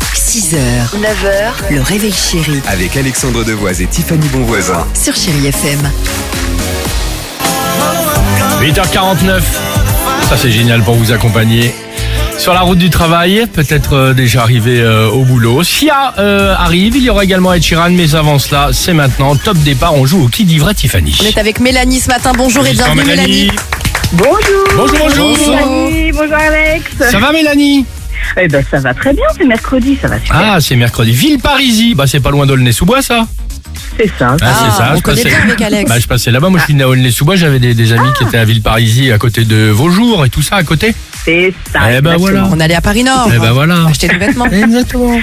6h, 9h, le réveil chéri Avec Alexandre Devoise et Tiffany Bonvoisin. sur Chéri FM. 8h49. Ça c'est génial pour vous accompagner. Sur la route du travail, peut-être euh, déjà arrivé euh, au boulot. Sia euh, arrive, il y aura également Ed Sheeran, mais avant cela, c'est maintenant. Top départ, on joue au qui dit vrai Tiffany. On est avec Mélanie ce matin. Bonjour et Bonjour, bienvenue Mélanie. Bonjour. Bonjour, bonjour. Mélanie, bonjour Alex. Ça va Mélanie Eh ben ça va très bien, c'est mercredi, ça va super. Ah, c'est mercredi. Ville Parisis, bah c'est pas loin d'Aulnay-sous-Bois ça C'est ça. Ah, c'est ça, on je connaît passais- bien avec Alex. Ah. Bah je passais là-bas, moi je suis né à Aulnay-sous-Bois, j'avais des, des amis qui étaient à Ville Parisis à côté de Vaujours et tout ça à côté. C'est ça. Eh ben exactement. voilà. On allait à Paris Nord. Eh ben voilà. Acheter des vêtements. Exactement.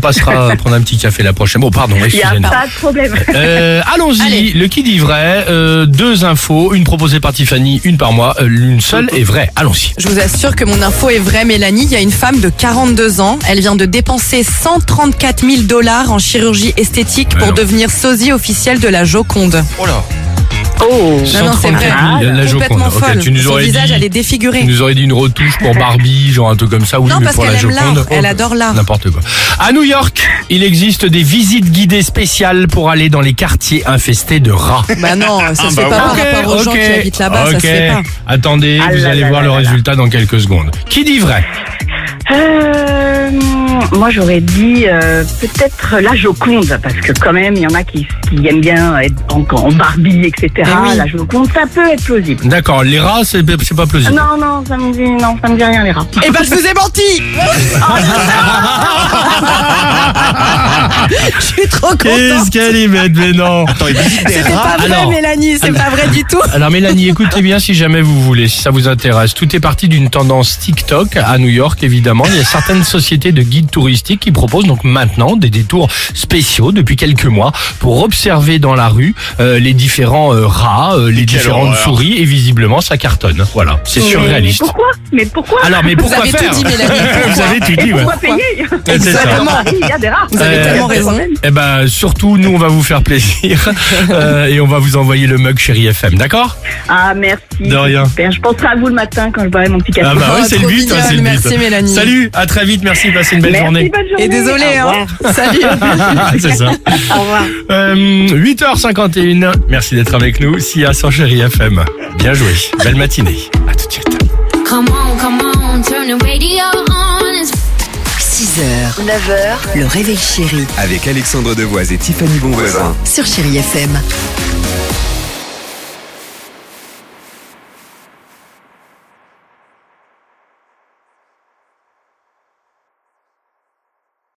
passera euh, prendre un petit café la prochaine. Bon, pardon, Il n'y a excusez-nous. pas de problème. Euh, Allez. Allons-y, le qui dit vrai, euh, deux infos, une proposée par Tiffany, une par moi, euh, l'une seule est vraie. Allons-y. Je vous assure que mon info est vraie, Mélanie. Il y a une femme de 42 ans. Elle vient de dépenser 134 000 dollars en chirurgie esthétique pour Alors. devenir sosie officielle de la Joconde. Oh. Non, non, c'est 134 vrai. 000, la Joconde. Complètement Ok, folle. tu nous Son aurais visage, dit, elle est défigurée. tu nous aurais dit une retouche pour Barbie, genre un truc comme ça, oui, non, mais parce pour la qu'elle aime l'art. Joconde. Oh, Elle adore l'art. N'importe quoi. À New York, il existe des visites guidées spéciales pour aller dans les quartiers infestés de rats. Bah non, ça Ah se fait pas par rapport aux gens qui habitent là-bas, ça se fait pas. Attendez, Ah vous là allez là voir là le là. résultat dans quelques secondes. Qui dit vrai Euh, moi j'aurais dit euh, peut-être la Joconde, parce que quand même il y en a qui, qui aiment bien être en, en Barbie, etc. Eh oui. La Joconde, ça peut être plausible. D'accord, les rats, c'est c'est pas plausible. Non, non, ça me dit, non, ça me dit rien les rats. Eh ben, je vous ai menti Je suis trop contente Qu'est-ce qu'elle y met mais non C'est pas vrai, Alors- Mélanie, c'est pas vrai du tout Alors Mélanie, écoutez bien si jamais vous voulez, si ça vous intéresse. Tout est parti d'une tendance TikTok à New York, évidemment. Il y a certaines sociétés de guides touristiques qui proposent donc maintenant des détours spéciaux depuis quelques mois pour observer dans la rue euh, les différents euh, rats, euh, les différentes souris et visiblement ça cartonne. Voilà, c'est Mais- surréaliste. Mais pourquoi Mais pourquoi Alors mais Vous pourquoi avez faire tout dit, Mélanie. Vous avez tout Et dit, ouais. pourquoi payer C'est ça. Exactement. Barbie, Il y a des rats. Vous avez Euh, tellement raison. Eh ben surtout nous on va vous faire plaisir euh, et on va vous envoyer le mug chéri FM, d'accord Ah merci. De rien. Super. Je penserai à vous le matin quand je boirai mon petit café. Ah bah Oh, oui, c'est le trop but, mignonne, hein, c'est le but. merci, Mélanie. Salut, à très vite, merci, passez une belle Merci, journée. Ah, bonne journée. Et désolé, Au revoir. hein Salut c'est ça. Au revoir Euh, 8h51, merci d'être avec nous, Sia sur Chéri FM. Bien joué, belle matinée, à tout de suite. Come on, come on, turn the radio on. It's 6h, 9h, le réveil chéri Avec Alexandre Devoise et Tiffany Bonvoisin. sur Chéri FM.